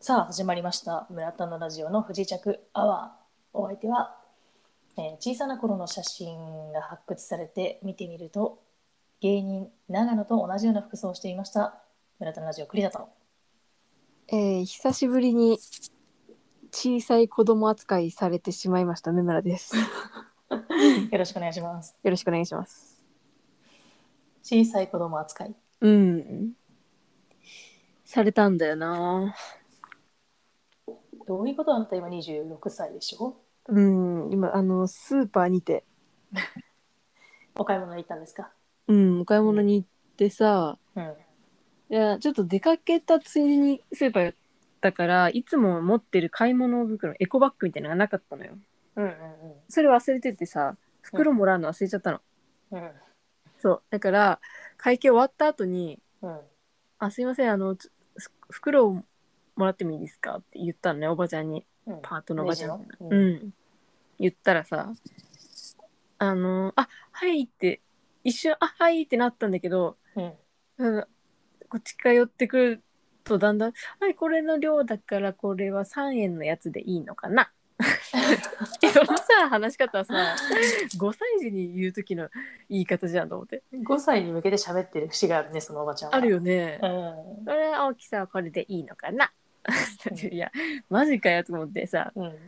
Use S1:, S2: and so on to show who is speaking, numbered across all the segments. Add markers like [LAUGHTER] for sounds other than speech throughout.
S1: さあ始まりました村田のラジオの不時着アワーお相手は、えー小さな頃の写真が発掘されて見てみると芸人長野と同じような服装をしていました村田のラジオ栗田と
S2: えー久しぶりに小さい子供扱いされてしまいました梅村 [LAUGHS] です。よ
S1: よろしくお願いします
S2: ろしくお願いします。
S1: 小さい子供扱い
S2: うん。されたんだよな。
S1: どういうことあなた今26歳でしょ
S2: うん。今あのスーパーにて、
S1: お買い物に行ったんですか
S2: うん、お買い物に行ってさ、
S1: うん
S2: いやちょっと出かけたついでにスーパーだから、いつも持ってる買い物袋、エコバッグみたいなのがなかったのよ。
S1: うん
S2: それ忘れててさ、袋もらうの忘れちゃったの。
S1: うんうん
S2: そう。だから会計終わった後に。
S1: うん
S2: あ、すいません、あの、ちょふ袋をもらってもいいですかって言ったのね、おばちゃんに、
S1: うん
S2: パートのおばちゃんに。
S1: レジのう
S2: うんん。言ったらさ、あの、あ、はいって、一瞬、あ、はいってなったんだけど、
S1: うん
S2: うんこっち近寄ってくるとだんだん、はい、これの量だから、これは3円のやつでいいのか [LAUGHS] な。そのさ、話し方はさ、5歳児に言う時の言い方じゃんと思って。
S1: 5歳に向けて喋ってる節があるねそのおばちゃんは
S2: あるよね。
S1: うん
S2: それ大きさはこれでいいのかな [LAUGHS] いやマジかよと思ってさ
S1: うん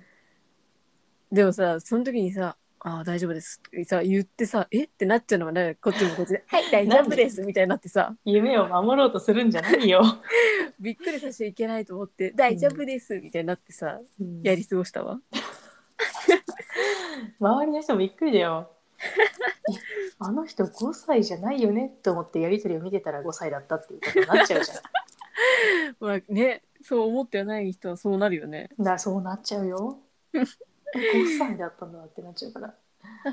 S2: でもさその時にさ「あー大丈夫です」ってさ言ってさ「えっ?」てなっちゃうのもねこっちもこっちで「 [LAUGHS] はい大丈夫です」みたいになってさ
S1: 夢を守ろうとするんじゃないよ。
S2: びっくりさせちゃいけないと思って「 [LAUGHS] 大丈夫です」みたいになってさやり過ごしたわ
S1: 周りの人もびっくりだよ。 [LAUGHS] えあの人5歳じゃないよねと思ってやり取りを見てたら5歳だったっていうことになっちゃうじゃん。 [LAUGHS] だか
S2: ほらねそう思ってはない人はそうなるよね
S1: らそうなっちゃうよ。5歳だったんだってなっちゃうから。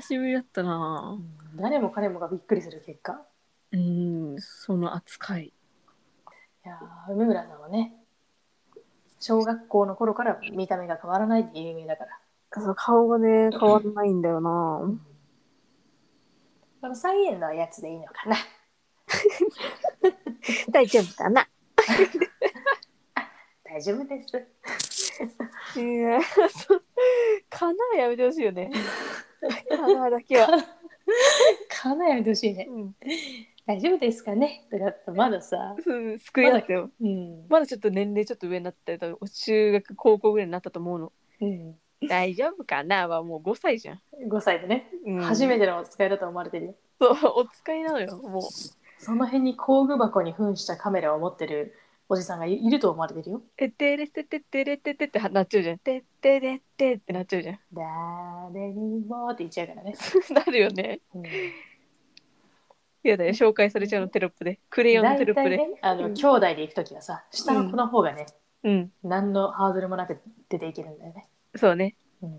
S2: 久しぶりだったな
S1: 誰も彼もがびっくりする結果。
S2: うんその扱い
S1: いやー梅村さんはね、小学校の頃から見た目が変わらないって有名だから。
S2: そう顔がね変わんないんだよな
S1: この3円のやつでいいのかな。
S2: 大丈夫かな
S1: 大丈夫です。
S2: い [LAUGHS] やそうかなやめてほしいよね。かなだけは。
S1: かなりしいね。
S2: うん
S1: 大丈夫ですかねとかだとまださ、
S2: うん、救いだったよ。
S1: うん
S2: まだちょっと年齢ちょっと上になったり、多分中学、高校ぐらいになったと思うの。
S1: うん、
S2: 大丈夫かなはもう5歳じゃん。
S1: 5歳でね、
S2: うん
S1: 初めてのお使いだと思われてるよ
S2: そう、お使いなのよ。もう。
S1: その辺に工具箱に扮したカメラを持ってるおじさんがいいると思われてるよ
S2: え、てれてててれててってなっちゃうじゃん。てってれってってなっちゃうじゃん。 [LAUGHS]
S1: 誰にもって言っちゃうからね、
S2: なるよね。
S1: うん、
S2: やだよ、紹介されちゃうの、テロップで。クレヨンの
S1: 大
S2: テロップ
S1: 体
S2: で。
S1: ねあの兄弟で行く時はさ下の子の方がね、
S2: うん、
S1: 何のハードルもなく出ていけるんだよね、
S2: そうね。
S1: うん、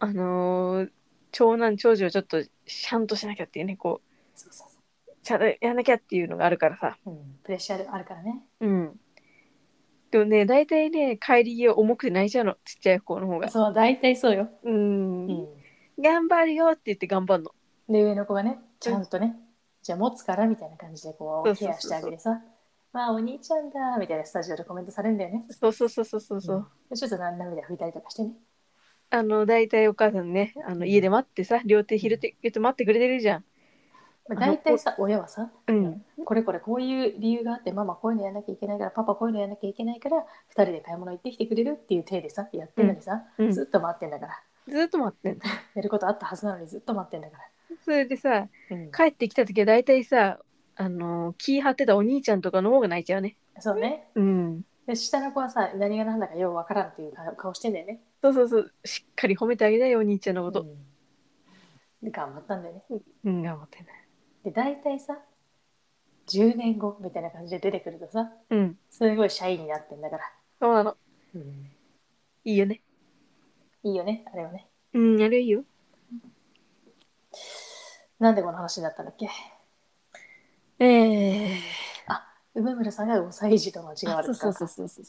S2: あのー長男、長女をちょっと、シャンとしなきゃっていうね、こう。
S1: そうそうそ
S2: ちゃんとやんなきゃっていうのがあるからさ。
S1: う、うん、プレッシャーあるからね
S2: うん。でもね、大体ね、帰り際重くて泣いちゃうの、ちっちゃい子の方が。
S1: そう大体そうよ、
S2: う。
S1: うん
S2: 頑張るよって言って頑張るの。
S1: で上の子がねちゃんとね、じゃあ持つからみたいな感じでこ
S2: そううそう
S1: ケ
S2: そうそう
S1: アしてあげてさまあお兄ちゃんだみたいなスタジオでコメントされるんだよね
S2: そうそうそうそうそう。う
S1: うんちょっとな涙拭いたりとかしてね
S2: あの、大体お母さんね、あの家で待ってさ、両手広げて待ってくれてるじゃん。
S1: まあ、
S2: あの
S1: 大体さ親はさ
S2: うん。
S1: これこれこういう理由があってママこういうのやらなきゃいけないからパパこういうのやらなきゃいけないから2人で買い物行ってきてくれるっていう体でさやってるのにさ、
S2: うんうん
S1: ずっと待ってんだから
S2: ずっと待ってんだ。
S1: やることあったはずなのにずっと待ってんだか
S2: それでさ、
S1: ら、うん
S2: 帰ってきた時は大体さ、あの、気張ってたお兄ちゃんとかの方が泣いちゃうね。
S1: そうね
S2: うん。
S1: で下の子はさ何が何だかようわからんっていう顔顔してんだよね、
S2: そうそうそう。しっかり褒めてあげたいよ、お兄ちゃんのこ
S1: う
S2: と。
S1: ん、で頑張ったんだよね
S2: うん、頑張ってね。
S1: で大体さ10年後みたいな感じで出てくるとさ
S2: うん。
S1: すごいシャイになってんだから、
S2: そうなの。いいよね。
S1: いいよねあれはね
S2: うん、やるいいよ。
S1: なんでこの話になったんだっけ
S2: ええ
S1: 梅村さんが5歳児と間違われ
S2: そ
S1: た
S2: う
S1: から
S2: そうそうそうそう。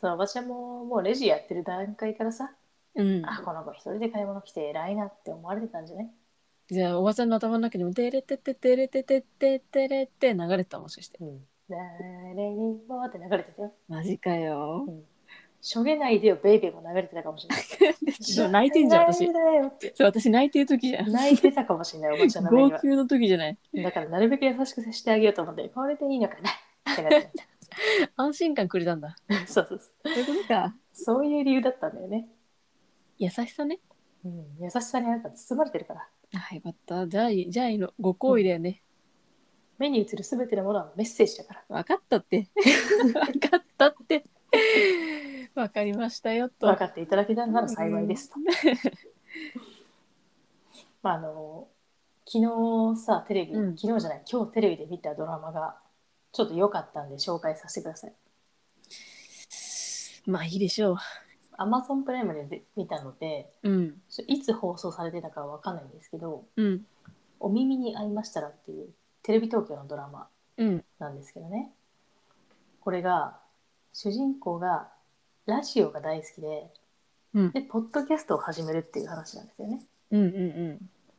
S1: そうおばちゃんももうレジやってる段階からさ、
S2: うん、
S1: あこの子一人で買い物来て偉いなって思われてたんじゃね
S2: じゃあおばちゃんの頭の中にも「テレテテテレテテテテレ」って流れてたもしかして
S1: うん誰にもって流れてたよ。
S2: マジかよ
S1: う。んしょげないでよ、ベイベーも流れてたかもしれない。
S2: ちょっと泣いてん [LAUGHS] じゃん、
S1: しょ。
S2: 私
S1: げないでよって
S2: そう私泣いてる時じゃん。
S1: 泣いてたかもしれない、おばちゃんの
S2: 号
S1: 目には
S2: 泣の時じゃない。
S1: だから、なるべく優しく接してあげようと思って、これでいいのかなってなっちゃっ
S2: 安心感くれたんだ。
S1: たそうそうそう。
S2: そういうことか。
S1: そういう理由だったんだよね。
S2: 優しさね。
S1: うん、優しさにあなた包まれてるから。
S2: あ、よかった。じゃあいい、じゃあいいの。ご好意だよね。
S1: 目に映るすべてのものはメッセージだから。
S2: 分かったって。分かったって。分かりましたよと。
S1: 分かっていただけたなら幸いですと。まあ、あの昨日さテレビ、
S2: うん
S1: 昨日じゃない今日テレビで見たドラマがちょっと良かったんで紹介させてください。
S2: まあいいでしょう。
S1: アマゾンプライムでで見たので
S2: うん。
S1: ちょいつ放送されてたかは分かんないんですけど
S2: うん。
S1: 「お耳に合いましたら」っていうテレビ東京のドラマ
S2: うん。
S1: なんですけどねこれが主人公がラジオが大好きで
S2: うん。
S1: でポッドキャストを始めるっていう話なんですよね。
S2: うん。うん。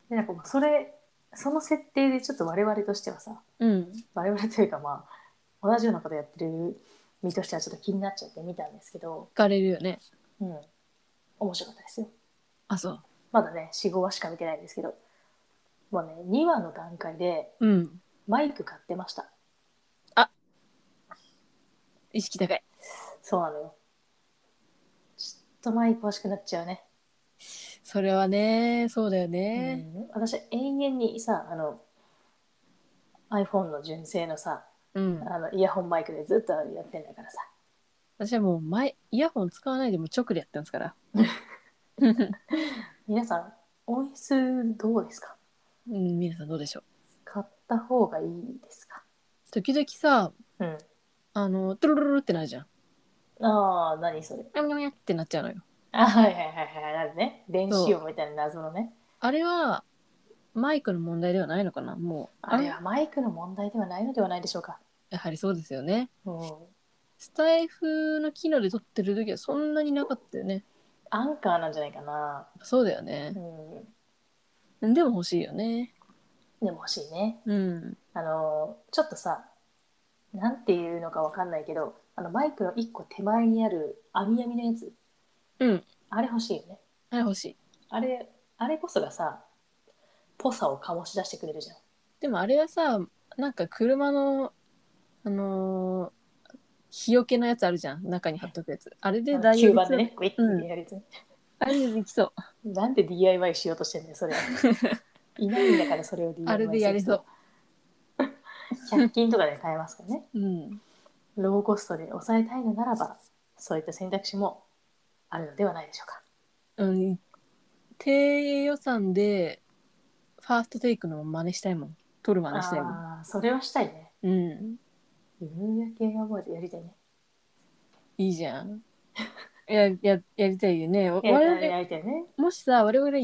S1: でなんかもうそれその設定でちょっと我々としてはさ
S2: うん。
S1: 我々というかまあ同じようなことやってる身としてはちょっと気になっちゃって見たんですけど、
S2: 聞かれるよね。
S1: うん、面白かったですよ
S2: あ、そう。
S1: まだね45話しか見てないんですけどもうね2話の段階で
S2: うん。
S1: マイク買ってました
S2: 意識高い。
S1: そうなのよちょっとマイク欲しくなっちゃうね、
S2: それはね、そうだよね。
S1: うん、私永遠にさあの iPhone の純正のさ
S2: うん。
S1: あのイヤホンマイクでずっとやってんだからさ
S2: 私はもう前、イヤホン使わないでもう直でやってますから。
S1: 皆さん音質どうですか
S2: うん、皆さんどうでしょ
S1: 買った方がいいですか
S2: う。時々さ、
S1: うん
S2: あの、トゥルルルルってなるじゃん。
S1: ああ、何それ。
S2: ニャムニャムニャムってなっちゃうのよ。
S1: あはいはいはいはい。なるね。電子音みたいな謎のね。
S2: あれは、マイクの問題ではないのかなもう。
S1: あれはマイクの問題ではないのではないでしょうか。
S2: やはりそうですよね。
S1: うん。
S2: スタイフの機能で撮ってる時はそんなになかったよね。
S1: アンカーなんじゃないかな。
S2: そうだよ
S1: う
S2: ね。
S1: ん。
S2: でも欲しいよね。
S1: でも欲しいね。
S2: うん。
S1: あの、ちょっとさ、なんていうのかわかんないけど、あの、マイクの一個手前にある網やみのやつ。
S2: うん。
S1: あれ欲しいよね。
S2: あれ欲しい。
S1: あれ、あれこそがさ、ぽさを醸し出してくれるじゃん。
S2: でもあれはさ、なんか車の、あのー日よけのやつあるじゃん。中に貼っとくやつ。あれで
S1: あの
S2: 大
S1: 吸
S2: 丈
S1: 盤
S2: 夫
S1: でね、グイッてやるやつね。
S2: あれでできそう。
S1: なんで DIY しようとしてんだよ、
S2: [LAUGHS]
S1: それ。いないんだから、それを DIY
S2: あれでやりそう。
S1: する人。100均とかで買えますからね。
S2: うん。
S1: ローコストで抑えたいのならば、そういった選択肢もあるのではないでしょうか。
S2: うん、低予算でファーストテイクの真似したいもん撮る真似したいもん
S1: ああー、それはしたいね。
S2: うん
S1: 夕焼けが覚えてやりたいね。
S2: いいじゃん [LAUGHS] やややりたいよねわ
S1: や
S2: 我
S1: りたい
S2: 々
S1: やりたいね。
S2: もしさ我々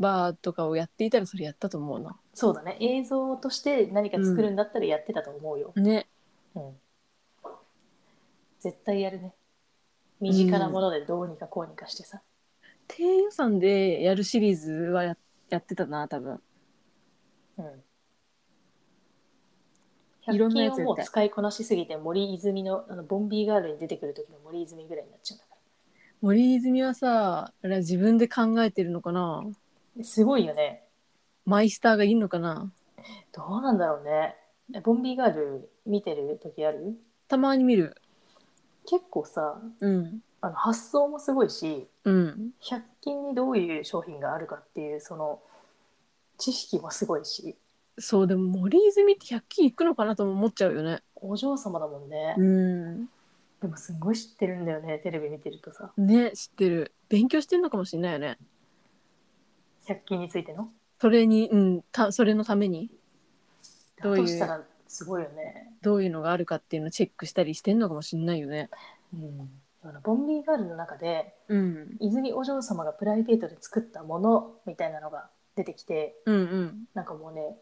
S2: YouTuber とかをやっていたらそれやったと思うな
S1: そうだね。映像として何か作るんだったらやってたと思うよ。
S2: ね
S1: うん絶対やるね。身近なものでどうにかこうにかしてさ。
S2: 低予算でやるシリーズはややってたな多分
S1: うん
S2: いろ
S1: 100
S2: んな
S1: 均
S2: や
S1: を
S2: つ
S1: も
S2: やり
S1: う
S2: たい
S1: 使いこなしすぎて森泉のあのボンビーガールに出てくる時の森泉ぐらいになっちゃうんだか
S2: 森泉はさあれは自分で考えてるのかな
S1: らすごいよね
S2: マイスターがいるのかな
S1: どうなんだろうねえボンビーガール見てる時ある
S2: たまに見る
S1: 結構さ
S2: うん
S1: あの発想もすごいし
S2: うん
S1: 100均にどういう商品があるかっていうその知識もすごいし
S2: そうでも森泉って100均行くのかなとも思っちゃうよね。
S1: お嬢様だもんね、
S2: うん。
S1: でもすごい知ってるんだよねテレビ見てるとさ
S2: ね知ってる。勉強してんのかもしれないよね。
S1: 100均についての
S2: それにうんたそれのためにどうい
S1: だ
S2: う
S1: としたらすごいよね
S2: どういうのがあるかっていうのをチェックしたりしてんのかもしれないよね。
S1: うん、あのボンビーガールの中で
S2: うん。
S1: 泉お嬢様がプライベートで作ったものみたいなのが出てきて
S2: うんうん。
S1: なんかもうね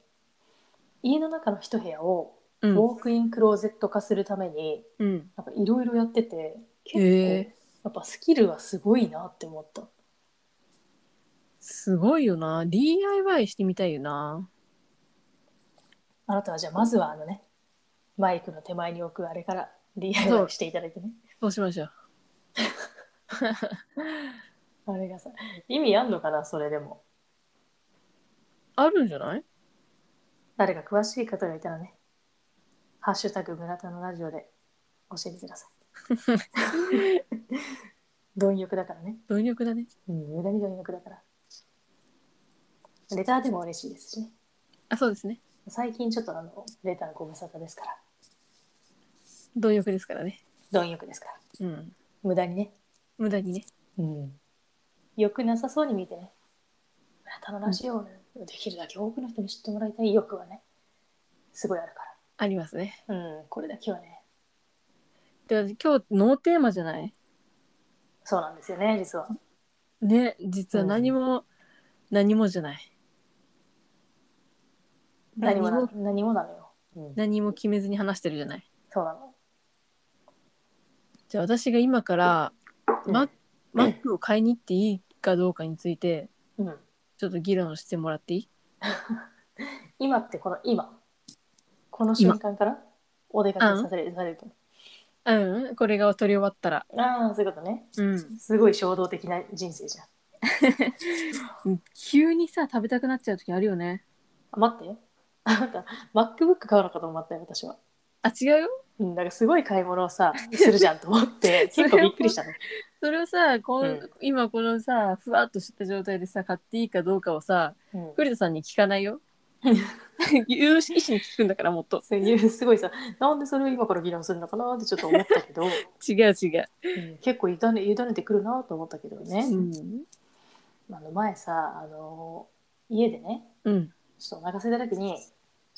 S1: 家の中の一部屋を
S2: う
S1: ウ
S2: ん、
S1: ォークインクローゼット化するために
S2: うん、
S1: なんかいろいろやってて結構
S2: へ
S1: や
S2: え
S1: っぱスキルはすごいなって思った
S2: すごいよな DIY してみたいよな
S1: あなたはじゃあまずはあのねマイクの手前に置くあれから DIY していただいてね
S2: そうしましょう。
S1: あれがさ意味あんのかなそれでも
S2: あるんじゃない
S1: 誰か詳しい方がいたらね「ハッシュタグ村田のラジオ」で教えてくださ [LAUGHS] い貪欲だからね、
S2: 貪欲だね。
S1: うん、無駄に貪欲だからレターでも嬉しいですしね
S2: あ、そうですね。
S1: 最近ちょっとあのレターご無沙汰ですから
S2: 貪欲ですからね。
S1: 貪欲ですから
S2: うん。
S1: 無駄にね
S2: 無駄にね。
S1: うんよくなさそうに見てね村田のラジオをねできるだけ多くの人に知ってもらいたい欲はねすごいあるか
S2: ありますね。
S1: らうんこれだけはね
S2: で、私今日ノーテーマじゃない
S1: そうなんですよね実は
S2: ね、実は何も、何もじゃない。
S1: 何も
S2: 何
S1: な
S2: も
S1: 何もなのよ、うん、
S2: 何も決めずに話してるじゃない。
S1: そうなの
S2: じゃあ私が今から
S1: うん
S2: マ,、マックを買いに行っていいかどうかについて
S1: うん
S2: ちょっと議論してもらっていい
S1: 今ってこの今この瞬間からお出かけさせるされると
S2: あうんこれが取り終わったら
S1: ああそういうことね
S2: うん
S1: すごい衝動的な人生じゃん
S2: 急にさ食べたくなっちゃう時あるよね
S1: あ待ってあなんか MacBook 買うのかと思ったよ私は
S2: あ違うよ
S1: うんなんかすごい買い物をさするじゃんと思って
S2: それ [LAUGHS]
S1: 結
S2: は
S1: 構びっくりしたね
S2: それをさこん、
S1: うん
S2: 今このさふわっとした状態でさ買っていいかどうかをさ
S1: うん
S2: 栗田さんに聞かな
S1: [LAUGHS]
S2: いよ有識者に聞くんだからもっと
S1: そういうすごいさなんでそれを今から議論するのかなってちょっと思ったけど、
S2: 違う違う、
S1: うん結構委ね委ねてくるなと思ったけどね、
S2: うん
S1: あの前さあの家でね
S2: うん
S1: ちょっとお腹空いた時にちょ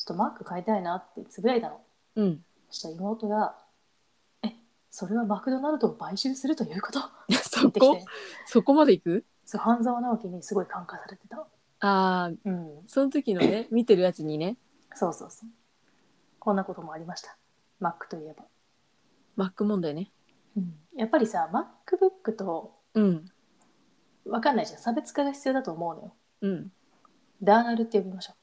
S1: っとマック買いたいなってつぶやいたの [LAUGHS]
S2: うん
S1: そしたら妹が「えそれはマクドナルドを買収するということ?」
S2: いやそ
S1: ってき
S2: こ
S1: て
S2: そこまでいく
S1: そう半沢直樹にすごい感化されてた、
S2: ああ
S1: うん、
S2: その時の
S1: [LAUGHS]
S2: ね見てるやつにね
S1: そうそうそうこんなこともありましたマックといえば、
S2: マック問題ね
S1: やっぱりさ MacBook と
S2: うん
S1: わかんないじゃん差別化が必要だと思うのよ
S2: うん
S1: ダーナルって呼びましょう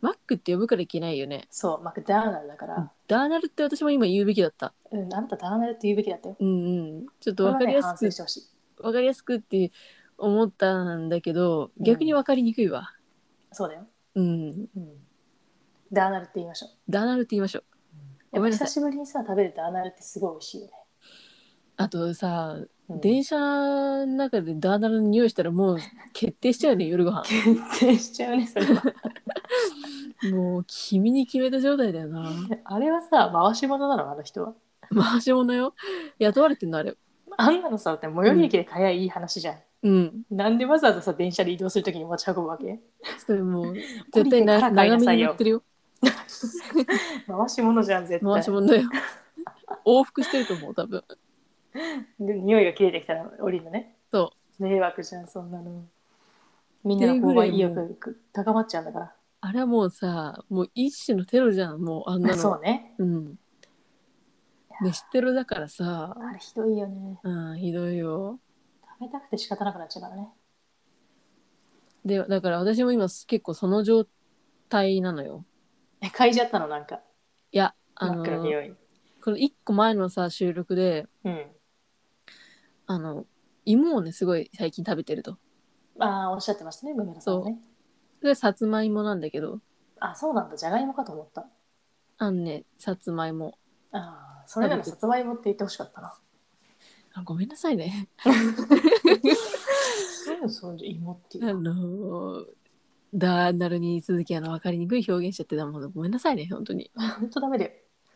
S2: マックって呼ぶからいけないよね。
S1: そうマックダーナルだから、
S2: ダーナルって私も今言うべきだった。
S1: うん、あなたダーナルって言うべきだったよ
S2: うんうん。ちょっと
S1: これは
S2: 分かり
S1: ね
S2: や
S1: 反省
S2: すく
S1: し、てほしい
S2: わかりやすくって思ったんだけど、
S1: うん
S2: 逆に分かりにくいわ。
S1: そうだよ、
S2: うん。
S1: うん、ダーナルって言いましょう
S2: ダーナルって言いましょう。
S1: や
S2: ご
S1: っぱ
S2: めんなさ
S1: 久
S2: い
S1: しぶりにさ食べるダーナルってすごい美味しいよね、
S2: あとさ、
S1: うん
S2: 電車の中でダーナルの匂いしたらもう決定しちゃ
S1: [LAUGHS]
S2: うね、夜ご飯。
S1: 決定しちゃうねそれは
S2: もう君に決めた状態だよ
S1: [LAUGHS]
S2: な。
S1: あれはさ回し物なのあの人は
S2: 回し物よ。雇われてんのあれ。
S1: あんなのさだって最寄り駅で買えばいい話じゃん、
S2: うん。
S1: なんでわざわざさ電車で移動するときに持ち運ぶわけ
S2: それも
S1: [LAUGHS]
S2: う、
S1: 降
S2: 絶
S1: りて
S2: 対
S1: か
S2: な
S1: ら買い
S2: 長
S1: なさ
S2: め
S1: い
S2: に
S1: よ
S2: やってるよ。
S1: 回し物じゃん絶対
S2: 回し物だよ。往復してると思う、多分。
S1: で匂いが切れてきたら降りるのね
S2: そう。
S1: 迷惑じゃんそんなのみんなの購買意欲高まっちゃうんだか
S2: あれはもうさ、もう一種のテロじゃん、もうあんな
S1: ら
S2: の。
S1: そうね
S2: うん。飯テロだからさ、
S1: あれひどいよね
S2: うん、ひどいよ。
S1: 食べたくて仕方なくなっちゃうからね
S2: で、だから私も今結構その状態なのよ。
S1: え嗅いじゃったのなんか
S2: いや、あ
S1: 真っ
S2: の、
S1: 黒の
S2: こ
S1: 匂い
S2: の一個前のさ、収録で、
S1: うん
S2: あの、芋をね、すごい最近食べてると。
S1: ああおっしゃってましたね梅村さんはね
S2: それさつまいもなんだけど、
S1: あそうなんだじゃがいもかと思った
S2: あのね、さつまいも。
S1: ああそれならさつまいもって言ってほしかったな
S2: あごめんなさいね。 [LAUGHS]
S1: うんそう芋っていう
S2: あのー、ダーナルに続きあの分かりにくい表現しちゃってたもんごめんなさいね、本当に。
S1: 本当ダメだよ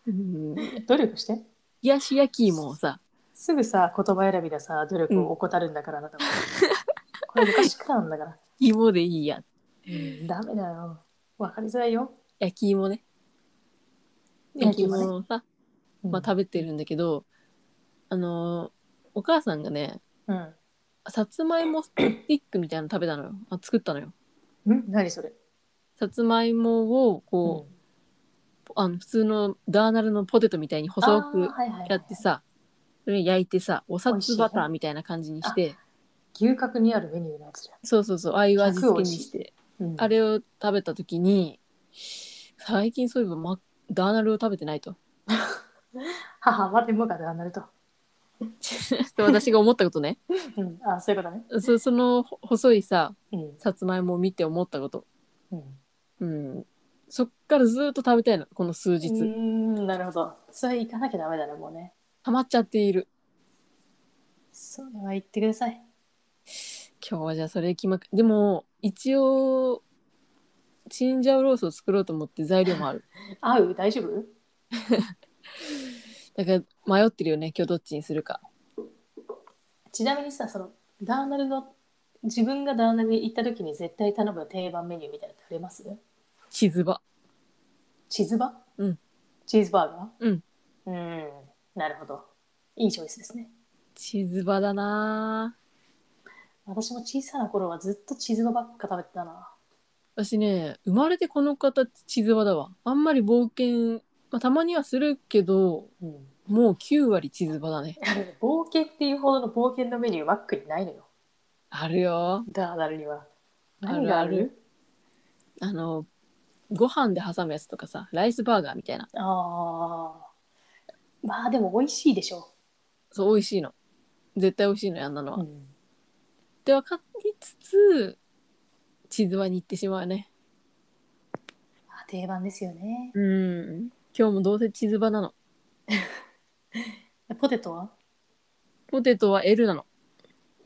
S2: うん、
S1: 努力して
S2: 冷やし焼き芋をさ、
S1: すぐさ言葉選びでさ努力を怠るんだからあなたもこれ昔からなんだから
S2: 芋でいいや。
S1: ダメだよわかりづらいよ
S2: 焼き芋ね。焼
S1: 焼き
S2: き
S1: 芋ね
S2: 芋をさ、まあ、食べてるんだけど、あのー、お母さんがね、
S1: うん、
S2: さつまいもスティックみたいなの食べたのよ。あ作ったのよ。
S1: うん、何それ、
S2: さつまいもを、こ
S1: う
S2: う、あの普通のダーナルのポテトみたいに
S1: ん、
S2: 細
S1: あー
S2: く
S1: はいはいはい
S2: やってさ、それ焼いてさ、お
S1: 美
S2: さ
S1: 味し
S2: つ
S1: いね
S2: バターみたいな感じにして、
S1: 牛角にあるメニューのやつじ
S2: そうそうそう、ああいう味付けにして。
S1: ゃん、うん、
S2: [LAUGHS] あれを食べた時に最近そういえばマダーナルを食べてないと
S1: 母はでもがではなると。
S2: と私が思ったことね
S1: うん、あそういうことね。
S2: [LAUGHS] そそのほ細いさ
S1: うん。
S2: さつまいもを見て思ったこと、
S1: うん、
S2: うん、そっからずっと食べたいのこの数
S1: う
S2: 日、
S1: ーんなるほど。それ行かなきゃダメだね、もうね。
S2: ハマっちゃっている
S1: それは言ってください。
S2: 今日はじゃあそれ決までも一応チンジャオロースを作ろうと思って材料もある
S1: 合う大丈夫
S2: だから迷ってるよね今日どっちにするか
S1: ちなみにさ、その、ダーナルの、自分がダーナルに行った時に絶対頼む定番メニューみたいなのってあります
S2: チズバ
S1: チーズバ
S2: うん。
S1: チーズバーガーうん。なるほど。いいチョイスですね。
S2: チズバだなぁ
S1: 私も小さな頃はずっとチーズバばっか食べてたな。
S2: 私ね生まれてこの方チズバだわあんまり冒険、まあ、たまにはするけど
S1: うん。
S2: もう9割チズバだね
S1: あのね冒険っていうほどの冒険のメニューマックにないのよ。
S2: あるよ
S1: ダーナルには。
S2: ある
S1: 何があ
S2: あ
S1: る
S2: あのご飯で挟むやつとかさライスバーガーみたいな
S1: ああ。まあでも美味しいでしょ。
S2: そう美味しいの絶対美味しいのよあんなのは、
S1: うん。
S2: って分かりつつ地図はに行ってしまうね
S1: あ定番ですよね。
S2: うん今日もどうせ地図場なの
S1: ポテトは
S2: ポテトは L なの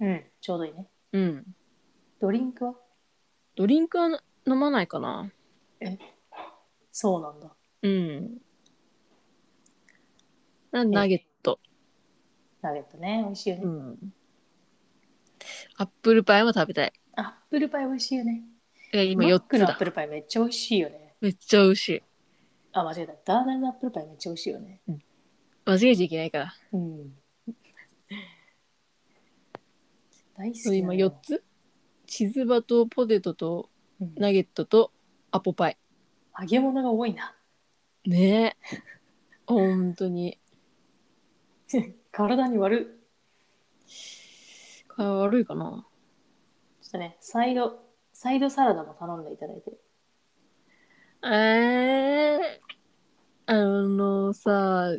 S1: うん。ちょうどいいね。
S2: うん
S1: ドリンクは
S2: ドリンクはな飲まないかな
S1: そうなんだ。
S2: うんなナゲット、
S1: ナゲットね。美味しいよね。
S2: うんアップルパイも食べたい
S1: アップルパイ美味しいよね。
S2: いや今
S1: マ
S2: 4
S1: ック
S2: つ
S1: のアッ
S2: だ
S1: プルパイめっちゃ美味しいよね。
S2: めっちゃ美味しい
S1: あ、間違えた。ダーナルのアップルパイめっちゃ美味しいよね。
S2: 間違えちゃいけないから
S1: うん。大好き
S2: そう
S1: な
S2: 今
S1: の
S2: 4つ地図場とポテトと
S1: うん
S2: ナゲットとアポパイ
S1: 揚げ物が多いな。 [LAUGHS]
S2: [LAUGHS] ねえ本当に
S1: 体に悪い。
S2: か悪いかな
S1: ちょっとね、サイド、サイドサラダも頼んでいただいて。
S2: えー、あのさ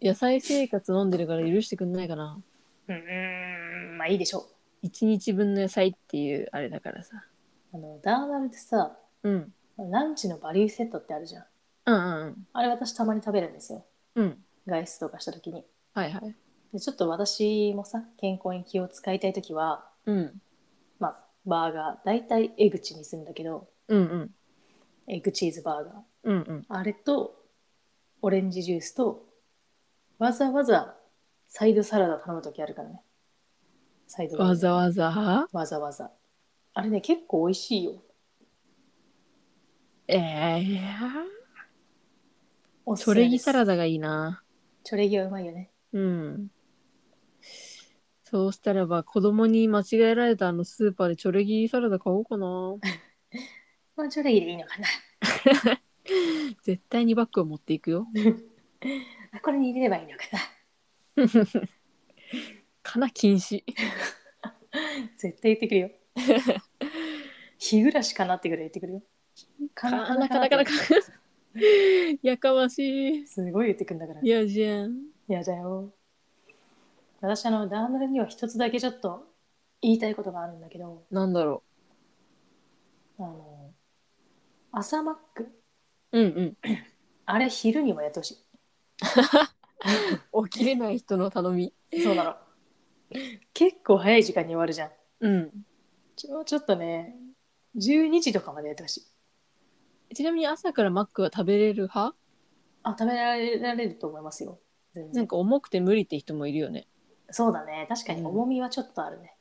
S2: 野菜生活飲んでるから許してくんないかな
S1: うん、まあいいでしょ
S2: 一日分の野菜っていうあれだからさ、
S1: う。あの、ダーナルってさ、
S2: うん、うん
S1: ランチのバリューセットってあるじゃん。
S2: うんうん
S1: あれ私たまに食べるんですよ。
S2: うん
S1: 外出とかした時に。
S2: はいはい
S1: でちょっと私もさ、健康に気を使いたい時は、
S2: うん
S1: まあ、バーガー、大体エグチにするんだけど、
S2: うんうん
S1: エッグチーズバーガー。
S2: うんうん
S1: あれと、オレンジジュースと、わざわざサイドサラダ頼むときあるからね。サイド
S2: わざわざ
S1: わざわざ。あれね、結構美味しいよ。
S2: えー、
S1: おすす
S2: そ
S1: め
S2: れ
S1: で
S2: ぎ
S1: す
S2: サラダがいいな
S1: チョレギはうまいよね。
S2: うんそうしたらば子供に間違えられたあのスーパーでチョレギサラダ買おうかな
S1: まあ、チョレギでいいのかな。
S2: 絶対にバッグを持っていくよ
S1: あ [LAUGHS] これに入れればいいのか
S2: かな禁止
S1: な。絶対言ってくる
S2: [LAUGHS]
S1: よ。日暮らしかなってぐらい言ってくるよ。か
S2: [LAUGHS] なかなかなかなか
S1: って
S2: やかましい
S1: すごい言ってくるんだから。
S2: いやじゃん
S1: やだよ。私、あの、ダーナルには一つだけちょっと言いたいことがあるんだけど、
S2: なんだろ
S1: あの、朝マック、
S2: ううん
S1: あれ昼にもやってほし
S2: うん起きれない人の頼み
S1: い。そうなの。結構早い時間に終わるじゃん。
S2: うん
S1: ちょちょっとね、12時とかまでやってほしい。
S2: ちなみに朝からマックは食べれる派
S1: あ、食べられられると思いますよ。全
S2: な
S1: 然
S2: ん。か重くて無理って人もいるよね
S1: そうだね。確かに
S2: うん
S1: 重みはちょっとあるね。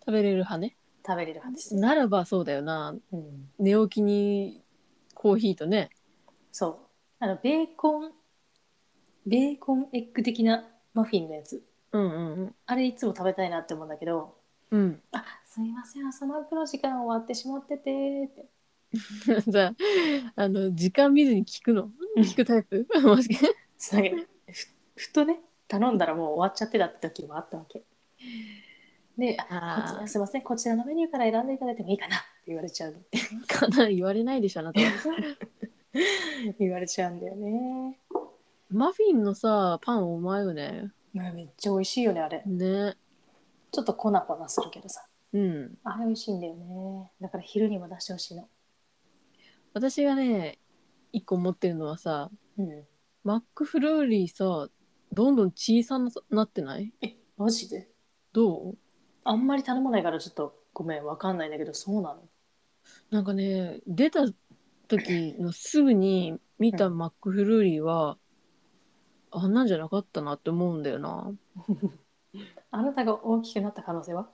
S2: 食べれる派ね
S1: 食べれる派です。
S2: ならばそうだよな
S1: うん。
S2: 寝起きにコーヒーとね
S1: そう。あの、ベーコン、ベーコンエッグ的なマフィンのやつ。
S2: うんうん
S1: あれいつも食べたいなって思うんだけど、
S2: うん [LAUGHS]
S1: あ、すいません、朝マックの時間終わってしまっててって。
S2: うんじゃああの時間見ずに聞くの
S1: うん
S2: 聞くタイプ [LAUGHS] もしかして
S1: つなげふふとね頼んだらもう終わっちゃってたって時もあったわけであこちらすいませんこちらのメニューから選んでいただいてもいいかなって言われちゃう [LAUGHS]
S2: [LAUGHS] かな言われないでしょあなたは
S1: 言われちゃうんだよね
S2: マフィンのさパンうまいよね
S1: ねめっちゃ美味しいよねあれ
S2: ね
S1: ちょっと粉粉するけどさ
S2: うん
S1: あれ美味しいんだよねだから昼にも出してほしいの
S2: 私がね一個持ってるのはさ
S1: うん
S2: マックフルーリーさどんどん小さななってない
S1: マジで
S2: どう
S1: あんまり頼まないからちょっとごめんわかんないんだけどそうなの
S2: なんかね出た時のすぐに見たマックフルーリーは、あんなんじゃなかったなって思うんだよな
S1: あなたが大きくなった可能性は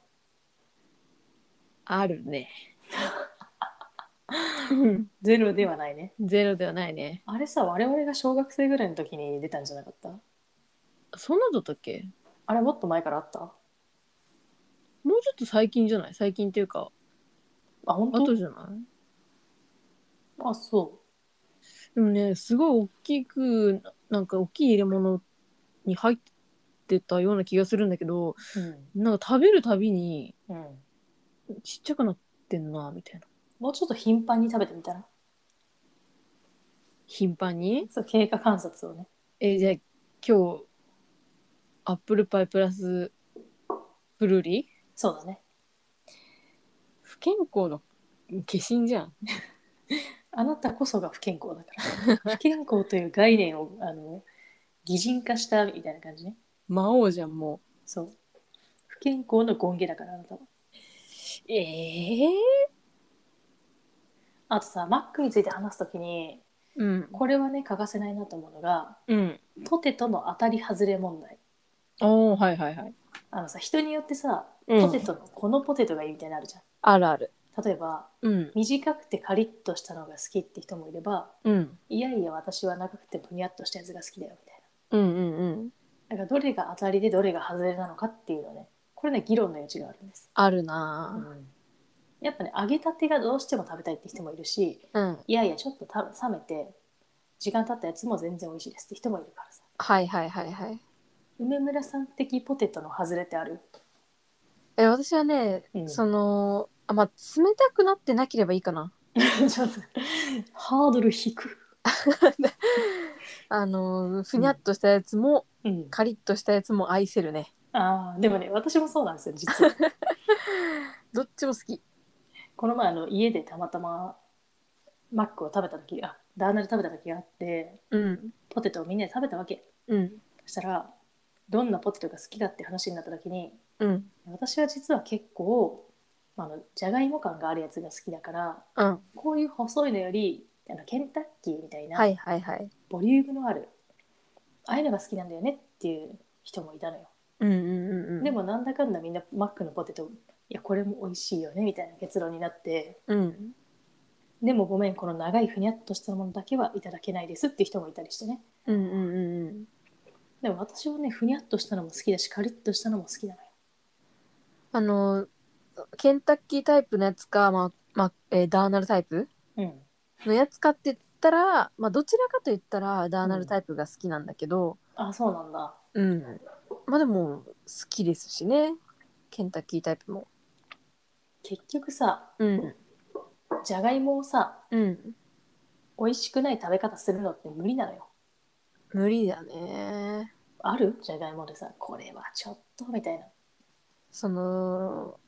S2: あるね
S1: ゼロではないね
S2: ゼロではないね
S1: あれさ我々が小学生ぐらいの時に出たんじゃなかった
S2: そんなだったっけ
S1: あれもっと前からあった
S2: もうちょっと最近じゃない最近っていうか
S1: あ本当
S2: 後じゃない
S1: あそ
S2: でもねすごい大きくななんか大きい入れ物に入ってたような気がするんだけど
S1: ううん、
S2: なんか食べるたびに
S1: うん、
S2: ちっちゃくなってんなみたいな
S1: もうちょっと頻繁に食べてみたら
S2: 頻繁に
S1: そう経過観察をね
S2: えじゃあ今日アップルパイプラスフルーリー
S1: そうだね
S2: 不健康の化身じゃん
S1: あなたこそが不健康だから [LAUGHS] 不健康という概念をあの擬人化したみたいな感じね
S2: 魔王じゃんも
S1: そう不健康の権下だからあなたは
S2: うええ
S1: あとさマックについて話すときに
S2: うん
S1: これはね欠かせないなと思うのが
S2: うん
S1: ポテトの当たり外れ問題
S2: おおはいはいはい、
S1: あのさ人によってさ
S2: うん
S1: ポテトのこのポテトがいいみたいなのあるじゃん、
S2: あるある
S1: 例えば
S2: うん
S1: 短くてカリッとしたのが好きって人もいれば
S2: うん
S1: いやいや私は長くてぷにゃっとしたやつが好きだよみたい
S2: うんうんうん
S1: なだからどれが当たりでどれが外れなのかっていうのねこれね議論の余地があるんです、
S2: あるな
S1: やっぱね揚げたてがどうしても食べたいって人もいるし
S2: ぁうん
S1: いやいやちょっとた冷めて時間経ったやつも全然美味しいですって人もいるからさ
S2: はいはいはいはい
S1: 梅村さん的ポテトの外れってある
S2: え私はね、
S1: うん
S2: そのあまあ冷たくなってなければいいかな
S1: ちょっとハードル低く。
S2: あのふにゃっとしたやつも、
S1: うん、
S2: カリッとしたやつも愛せるね
S1: [LAUGHS] ああでもね私もそうなんですよ実は
S2: どっちも好き
S1: この前あの家でたまたまマックを食べた時あダーナで食べた時があって
S2: うん
S1: ポテトをみんなで食べたわけ
S2: うん
S1: そしたらどんなポテトが好きかって話になった時に
S2: うん
S1: 私は実は結構あのじゃがいも感があるやつが好きだから
S2: うん
S1: こういう細いのよりあのケンタッキーみたいな
S2: はいはいはい
S1: ボリュームのある、ああいうのが好きなんだよねっていう人もいたのよ
S2: うんうんうんうん
S1: でもなんだかんだみんなマックのポテトいやこれも美味しいよねみたいな結論になって
S2: うん
S1: でもごめんこの長いふにゃっとしたものだけはいただけないですって人もいたりしてね
S2: うんうんうんうん
S1: でも私はねふにゃっとしたのも好きだしカリッとしたのも好きなのよ
S2: あのケンタッキータイプのやつか、まあまあえーダーナルタイプ
S1: うん
S2: のやつかって言ったら、まあ、どちらかと言ったらダーナルタイプが好きなんだけど、
S1: あそうなんだ
S2: うん。まあでも好きですしね。ケンタッキータイプも。
S1: 結局さ
S2: うん。
S1: じゃがいもをさ
S2: うん。
S1: 美味しくない食べ方するのって無理なのよ
S2: 無理だね。
S1: あるじゃがいもでさこれはちょっとみたいな
S2: その、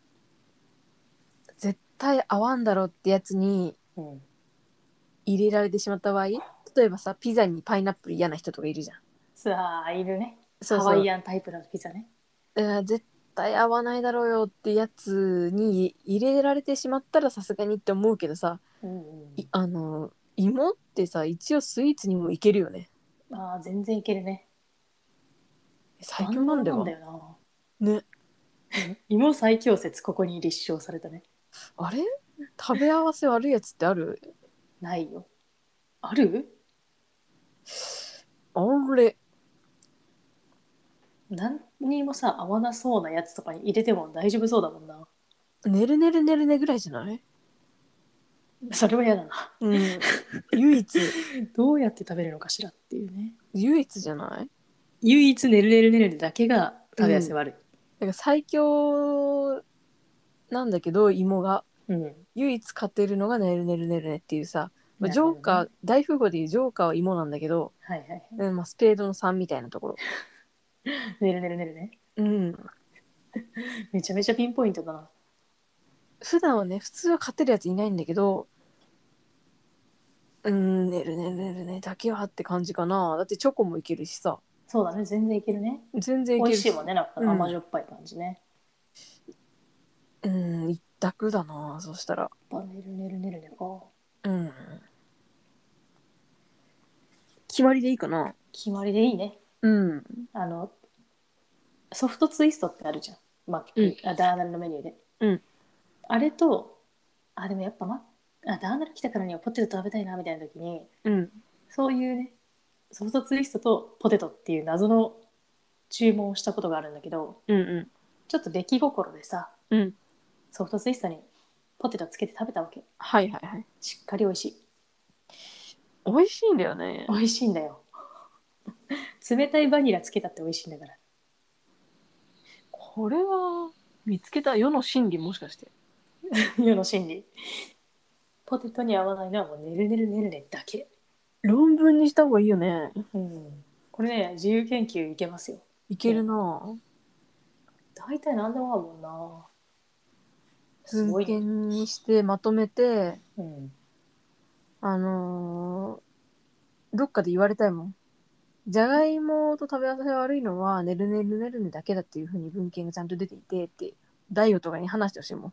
S2: 絶対合わんだろうってやつに
S1: うん
S2: 入れられてしまった場合、例えばさ、ピザにパイナップル嫌な人とかいるじゃん。
S1: さあいるね
S2: そう
S1: ハ
S2: そ
S1: ワ
S2: う
S1: イ。アンタイプのピザね
S2: うん絶対合わないだろうよってやつに入れられてしまったらさすがにって思うけどさ、
S1: うん、うん
S2: いあの、芋ってさ、一応スイーツにもいけるよね。
S1: あー全然いけるね
S2: 最強なんだ
S1: 万能
S2: よ。
S1: なんだよな
S2: ね。
S1: 芋最強説ここに立証されたね
S2: あれ食べ合わせ悪いやつってある
S1: ないよある
S2: あれ
S1: 何にもさ合わなそうなやつとかに入れても大丈夫そうだもんな
S2: ねるねるねるねぐらいじゃない
S1: それは嫌だな
S2: うん唯一
S1: どうやって食べるのかしらっていうね
S2: 唯一じゃない
S1: 唯一ねるねるねるねだけが食べやすい悪い
S2: なんか最強なんだけど芋が
S1: うん、
S2: 唯一勝てるのがねるねるねるねっていうさまあ、
S1: な
S2: ジ
S1: るほどね
S2: ョーカー、大富豪でいうジョーカーは芋なんだけど、
S1: はいはいはい。
S2: うんまあ、スペードの3みたいなところ。
S1: 寝る寝る寝るね。
S2: うん。
S1: めちゃめちゃピンポイントだな。
S2: 普段はね、普通は勝てるやついないんだけど、うん、寝る寝る寝るね、だけはって感じかな。だってチョコもいけるしさ、
S1: そうだね、全然いけるね。
S2: 全然い
S1: 美
S2: ける
S1: 味しいもんね、なんか
S2: うん
S1: 甘じょっぱい感じね。
S2: うん、一択だな、そしたら。
S1: やっぱ寝る寝る寝る寝か。
S2: うん。決まりでいいかな。
S1: 決まりでいいね。
S2: うん。
S1: あの、ソフトツイストってあるじゃん。まあ、
S2: うん
S1: あダーナルのメニューで。
S2: うん
S1: あれと、あ、でもやっぱ、ま、あダーナル来たからにはポテト食べたいなみたいな時に、
S2: うん。
S1: そういうね、ソフトツイストとポテトっていう謎の注文をしたことがあるんだけど、
S2: うんう
S1: ちょっと出来心でさ、
S2: ん。うん。
S1: ソフトツイストにポテトつけて食べたわけ。
S2: はいはいはい。
S1: しっかり美味しい。
S2: 美味しいんだよね
S1: 美。味しいんだよ。冷たいバニラつけたって美味しいんだから。
S2: これは見つけた世の真理もしかして。
S1: [LAUGHS] 世の真理。ポテトに合わないのはもうねるねるねるねだけ。
S2: 論文にした方がいいよね。
S1: うん。これね、自由研究いけますよ。
S2: いけるな。
S1: 大体何でも合うもんな。すご
S2: 文
S1: いね。
S2: 献にしてまとめて、
S1: うん。
S2: あのーどっかで言われたいもん。じゃがいもと食べ合わせが悪いのは、ねるねるねるねだけだっていうふうに文献がちゃんと出ていてって、ダイオとかに話してほしいもん。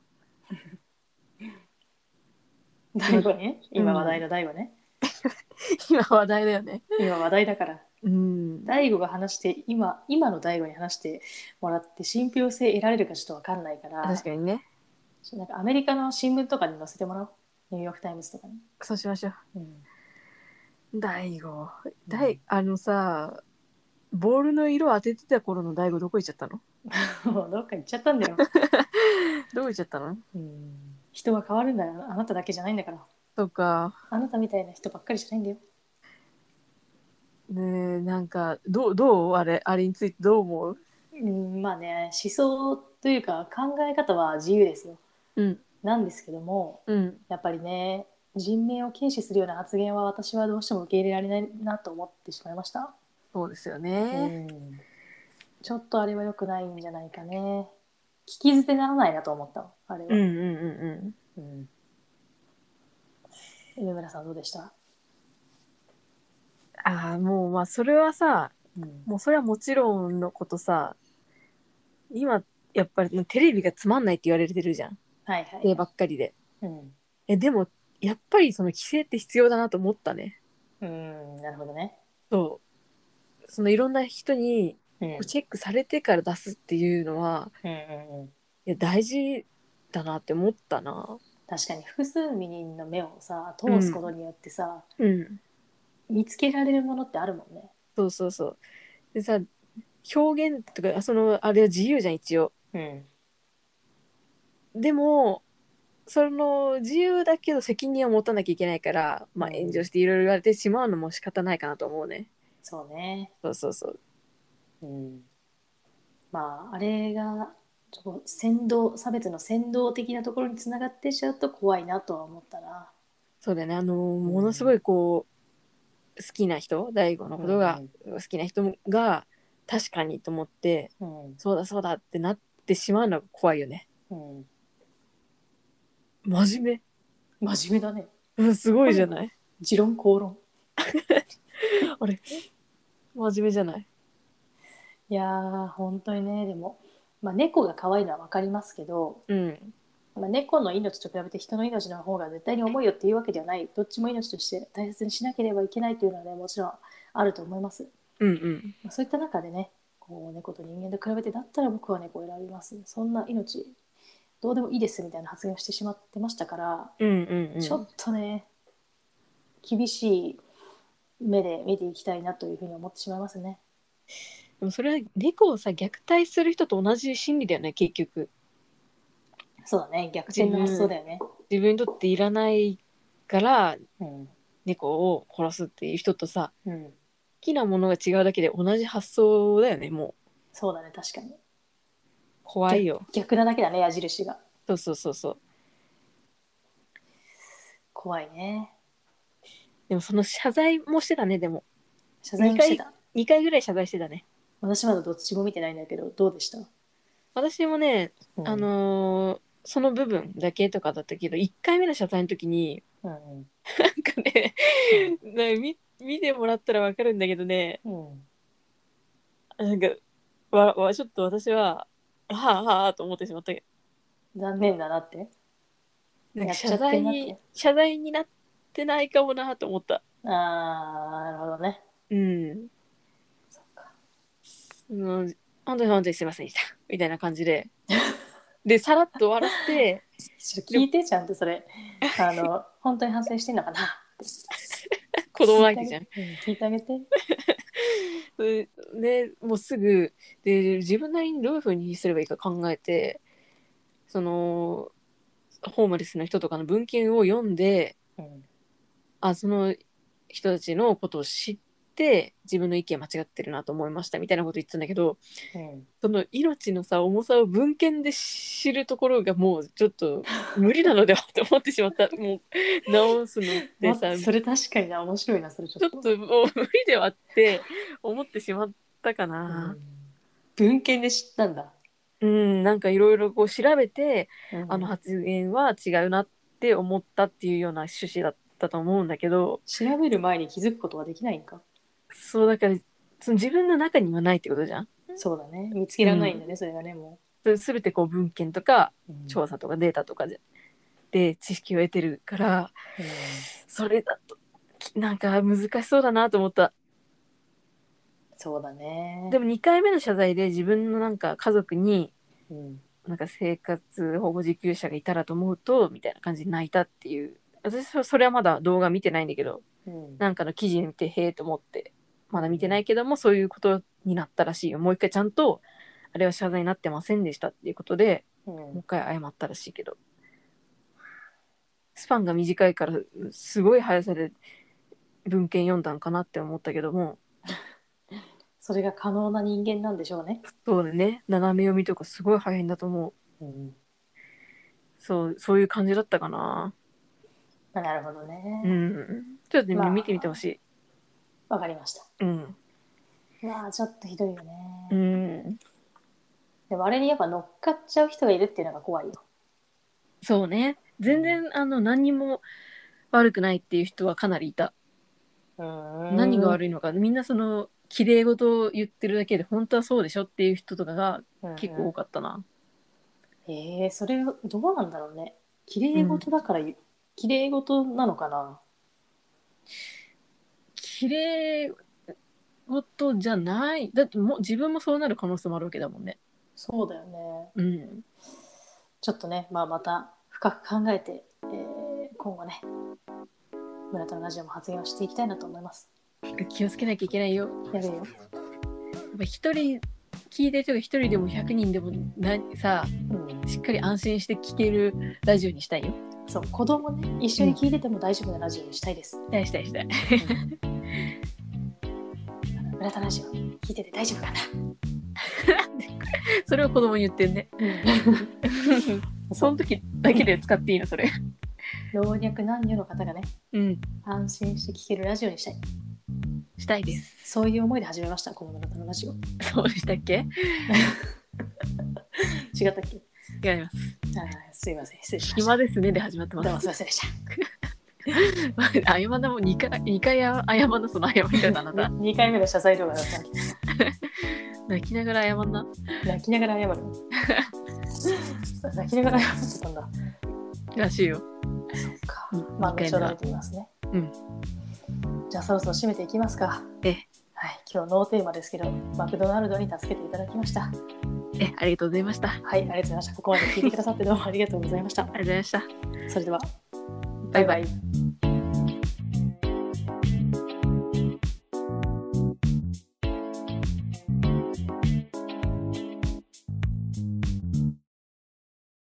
S1: 大悟ね。今話題の大悟ね。
S2: [LAUGHS] 今話題だよね。
S1: 今話題だから。
S2: うん。
S1: 大悟が話して、今、今の大悟に話してもらって、信憑性得られるかちょっとわかんないから、
S2: 確かにね。
S1: なんかアメリカの新聞とかに載せてもらおう。ニューヨークタイムズとかに。
S2: そうしましょ
S1: う
S2: う。
S1: ん。
S2: 大悟。大、あのさ、ボールの色当ててた頃の大悟どこ行っちゃったの
S1: もう [LAUGHS] どっか行っちゃったんだよ。
S2: どこ行っちゃったの
S1: うん。人は変わるんだよ。あなただけじゃないんだから。
S2: とか、
S1: あなたみたいな人ばっかりじゃないんだよ。
S2: ねえなんか、どう、どうあれ、あれについてどう思う
S1: うん、まあね、思想というか考え方は自由ですよ。
S2: うん。
S1: なんですけども、
S2: うん。
S1: やっぱりね、人命を軽視するような発言は私はどうしても受け入れられないなと思ってしまいました。
S2: そうですよね。
S1: うんちょっとあれは良くないんじゃないかね。聞き捨てならないなと思った、あれ
S2: うん
S1: は。
S2: うんうんうん。
S1: うん。梅村さんどうでした、
S2: ああ、もうまあ、それはさ、
S1: うん、
S2: もうそれはもちろんのことさ、今、やっぱりテレビがつまんないって言われてるじゃん。
S1: はいは
S2: 絵
S1: い。
S2: ばっかりで。
S1: うん、
S2: え、でも、やっぱりその規制って必要だなと思ったね。
S1: うん、なるほどね。
S2: そう。そのいろんな人に
S1: うん、うん、
S2: チェックされてから出すっていうのは、
S1: うんうん。
S2: いや大事だなって思ったな。
S1: 確かに複数人の目をさ通すことによってさ、
S2: うん。
S1: 見つけられるものってあるもんね。
S2: そうそうそう。でさ、表現とか、その、あれは自由じゃん、一応。
S1: うん、
S2: でも、その自由だけど責任を持たなきゃいけないから、まあ
S1: うん
S2: 炎上していろいろ言われてしまうのも仕方ないかなと思うね。
S1: そうね。
S2: そうそうそう。
S1: うん、まああれがちょっと先導差別の先導的なところにつながってしちゃうと怖いなとは思ったな。
S2: そうだよね。あの、ものすごいこう、好きな人、大悟のことが好きな人が、確かにと思って、
S1: うん、うん
S2: そうだそうだってなってしまうのが怖いよね。
S1: うん、
S2: 真面目。
S1: 真面目だね。
S2: うん、すごいじゃない。
S1: 持論公論。
S2: あれ真面目じゃない。
S1: いやー本当にねでも、まあ、猫が可愛いのは分かりますけど、
S2: うん。
S1: まあ、猫の命と比べて人の命の方が絶対に重いよっていうわけではないどっちも命として大切にしなければいけないというのはねもちろんあると思います、
S2: うんうん。
S1: まあ、そういった中でねこう猫と人間と比べてだったら僕は猫を選びますそんな命どうでもいいですみたいな発言をしてしまってましたから、
S2: うんうんうん。
S1: ちょっとね厳しい目で見ていきたいなというふうに思ってしまいますね
S2: でもそれは猫をさ、虐待する人と同じ心理だよね、結局。
S1: そうだね逆転の発想だよね、
S2: 自分にとっていらないから
S1: うん
S2: 猫を殺すっていう人とさ、
S1: うん、
S2: 好きなものが違うだけで同じ発想だよね、もう。
S1: そうだね確かに
S2: 怖いよ。
S1: 逆なだけだね矢印が
S2: そうそうそうそう。
S1: 怖いね
S2: でもその謝罪もしてたねでも
S1: 謝罪もしてた
S2: 2回ぐらい謝罪してたね
S1: 私まだどっちも見てないんだけどどうでした、
S2: 私もね、
S1: うん
S2: あのーその部分だけとかだったけど1回目の謝罪の時に
S1: うん
S2: なんかねなんか見見てもらったらわかるんだけどね
S1: うん
S2: なんかわわちょっと私ははあはあと思ってしまったけ
S1: 残念だなって
S2: どなん
S1: や
S2: か
S1: っちゃ
S2: 謝
S1: って
S2: 罪
S1: んなって
S2: に謝罪になってないかもなと思った
S1: あーなるほどね
S2: うん
S1: そっか
S2: その本当に本当にすいませんでしたみたいな感じででさらっと笑って
S1: ちょっと聞いてちゃんとそれあ
S2: [LAUGHS]
S1: の本当に反省してんのかなって
S2: 子供相手じゃん
S1: 聞いてあげてうん聞いて
S2: でねもうすぐで自分なりにどういうふうにすればいいか考えてそのホームレスの人とかの文献を読んで
S1: あげて、うん
S2: あその人たちのことを知って自分の意見間違ってるなと思いましたみたいなこと言ってたんだけど
S1: うん、
S2: その命のさ重さを文献で知るところがもうちょっと無理なのではと思ってしまったもう直すのってさ
S1: まそれ確かにな面白いなそれち
S2: ち
S1: ょ
S2: ょ
S1: っ
S2: っ
S1: と
S2: ともう無理ではって思ってしまったか
S1: う
S2: な。
S1: ん文献で知ったんだ、
S2: うん、なんかいろいろこう調べて、あの
S1: うん
S2: 発言は違うなって思ったっていうような趣旨だったと思うんだけど
S1: 調べる前に気づくことはできないんか
S2: そうだからその自分の中にはないってことじゃん
S1: そうだね見つけられないんだね、それがねも
S2: それ全てこう文献とか
S1: う、うん
S2: 調査とかデータとかで,、で知識を得てるから
S1: うん
S2: それだときなんか難しそうだなと思った
S1: そうだね
S2: でも2回目の謝罪で自分のなんか家族に
S1: うん
S2: なんか生活保護受給者がいたらと思うとみたいな感じで泣いたっていう私はそれはまだ動画見てないんだけど
S1: うん
S2: なんかの記事見てへえと思ってまだ見てないけどもそういうことになったらしいよもう一回ちゃんとあれは謝罪になってませんでしたっていうことで
S1: うん
S2: もう一回謝ったらしいけどスパンが短いからすごい速さで文献読んだんかなって思ったけども
S1: それが可能な人間なんでしょうね、
S2: そうだね斜め読みとかすごい早いんだと思う
S1: うん
S2: そうそういう感じだったかな
S1: まあなるほどね
S2: うんちょっと
S1: まあ
S2: ね見てみてほしい、
S1: わ、かりました
S2: うん
S1: まあちょっとひどいよね、
S2: うん
S1: でもあれにやっぱ乗っかっちゃう人がいるっていうのが怖いよ
S2: そうね全然あの何にも悪くないっていう人はかなりいた何が悪いのかみんなその綺麗事を言ってるだけで本当はそうでしょっていう人とかが
S1: い
S2: 結構多かったな、
S1: えー、それどうなんだろうね綺麗事だから、綺麗事なのかな
S2: 綺麗事じゃないだってもう自分もそうなる可能性もあるわけだもんね
S1: そうだよね
S2: うん
S1: ちょっとね、まあ、また深く考えて、えー今後ね村田のラジオも発言をしていきたいなと思います
S2: 気をつけなきゃいけないよ
S1: やべえよ、
S2: やっぱ一人聞いてる人が一人でも100人でもなさ
S1: うん、
S2: しっかり安心して聞けるラジオにしたいよ
S1: そう子供ね一緒に聞いてても大丈夫なラジオにしたいです、
S2: したいしたいしたい [LAUGHS]
S1: 村田ラジオ聞いてて大丈夫かな、
S2: それを子供に言ってんねその時だけで使っていいのそれ
S1: 老若男女の方がね
S2: うん
S1: 安心して聞けるラジオにしたい
S2: したいです
S1: そういう思いで始めましたこの村田のラジオ
S2: そうでしたっけ
S1: 違ったっけ
S2: 違います
S1: あーすいません失礼しました
S2: 暇ですねで始まってま
S1: どうもすい
S2: す
S1: ませんでした
S2: [LAUGHS] あやまなも2回二回あやまなその謝り方
S1: [LAUGHS]
S2: あなた
S1: 2回目の謝罪動画だった
S2: 泣きながら謝んな
S1: 泣きながら謝る [LAUGHS] 泣きながら謝ってたんだ
S2: らしいよ
S1: か
S2: うん
S1: まあ
S2: 二回
S1: 後ほ
S2: 目は
S1: ど見てみますね、
S2: うん
S1: じゃあそろそろ締めていきますか
S2: え
S1: はい今日ノーテーマですけどマクドナルドに助けていただきましたはい
S2: えありがとうございましたあり
S1: ありがとうございましたここまで聞いてくださってどうもありがとうございました
S2: がとうございました
S1: それでは
S2: バイバイ
S1: イ